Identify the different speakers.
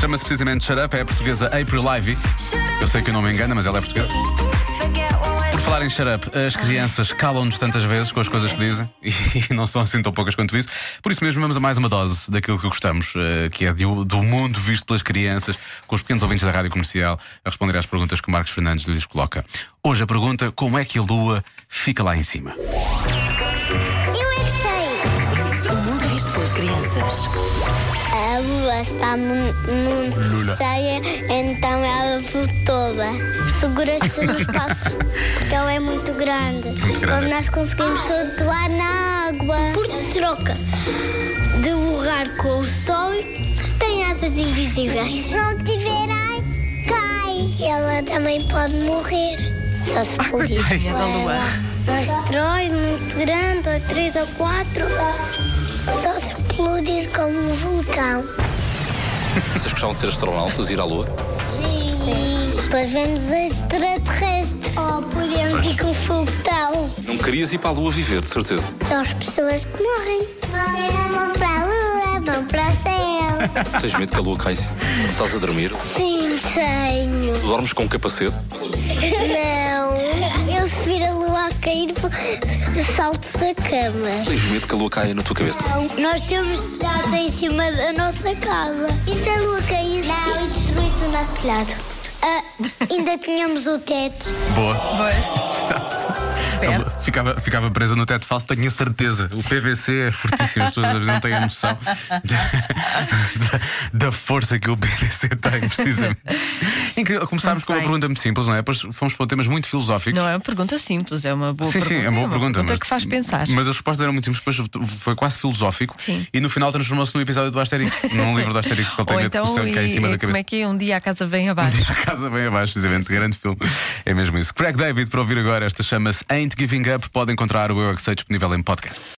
Speaker 1: Chama-se precisamente Shut Up, é a portuguesa April Ivy. Eu sei que o nome engana, mas ela é portuguesa. Por falar em Shut Up, as crianças calam-nos tantas vezes com as coisas que dizem e não são assim tão poucas quanto isso. Por isso mesmo, vamos a mais uma dose daquilo que gostamos, eh, que é de- do mundo visto pelas crianças, com os pequenos ouvintes da rádio comercial, a responder às perguntas que o Marcos Fernandes lhes coloca. Hoje a pergunta: como é que a lua fica lá em cima?
Speaker 2: Eu é que sei.
Speaker 3: O mundo visto pelas crianças.
Speaker 2: A lua está mu- muito cheia, então ela flutua. Segura-se no espaço, porque ela é muito grande.
Speaker 1: Muito grande.
Speaker 2: Nós conseguimos flutuar na água. Por troca de voar com o sol, tem asas invisíveis. Se não tiver ai, cai. Ela também pode morrer. Só se pulir.
Speaker 3: Tadinha da lua.
Speaker 2: Um asteroide muito um grande, ou três ou quatro, só se explodir como um vulcão.
Speaker 4: Vocês gostavam de ser astronautas, ir à Lua?
Speaker 2: Sim. Depois vemos os extraterrestres. Ou podemos ir com o foguetão.
Speaker 4: Não querias ir para a Lua viver, de certeza.
Speaker 2: São as pessoas que morrem. Vocês não vão para a lua, vão para o céu.
Speaker 4: Não Tens medo que a Lua caia em cima? Quando Estás a dormir?
Speaker 2: Sim, tenho.
Speaker 4: Dormes com um capacete?
Speaker 2: Não. Eu se vir a lua a cair, salto da cama.
Speaker 4: Tens medo que a Lua caia na tua cabeça?
Speaker 2: Nós temos telhado em cima da nossa casa. E se a lua caísse e destruísse o nosso telhado? é Ah, ainda tínhamos o teto.
Speaker 1: Boa.
Speaker 3: Pois.
Speaker 1: Exato.
Speaker 3: Perto.
Speaker 1: Ela Ficava, ficava presa no teto falso, tenho a certeza. O PVC é fortíssimo, as pessoas às vezes não têm a noção da, da- da força que o PVC tem, precisamente. Incrível. Começámos
Speaker 3: Muito
Speaker 1: com uma
Speaker 3: bem.
Speaker 1: pergunta muito simples, não é? Depois fomos para temas muito filosóficos.
Speaker 3: Não é uma pergunta simples, é uma boa
Speaker 1: Sim,
Speaker 3: pergunta. Então
Speaker 1: sim, é uma boa pergunta. mas-
Speaker 3: que faz pensar.
Speaker 1: Mas as respostas eram muito simples, depois foi quase filosófico.
Speaker 3: Sim.
Speaker 1: E no final transformou-se num episódio do Asterix, num livro do Asterix que ele tem
Speaker 3: Ou
Speaker 1: medo que o
Speaker 3: então,
Speaker 1: céu
Speaker 3: e-
Speaker 1: cai em cima da
Speaker 3: e como
Speaker 1: cabeça.
Speaker 3: é que é um dia a casa vem abaixo?
Speaker 1: A casa bem abaixo, precisamente. Grande filme. É mesmo isso. Craig David, para ouvir agora, esta chama-se Ain't Giving Up. Pode encontrar o Eu É Que Sei disponível em podcast.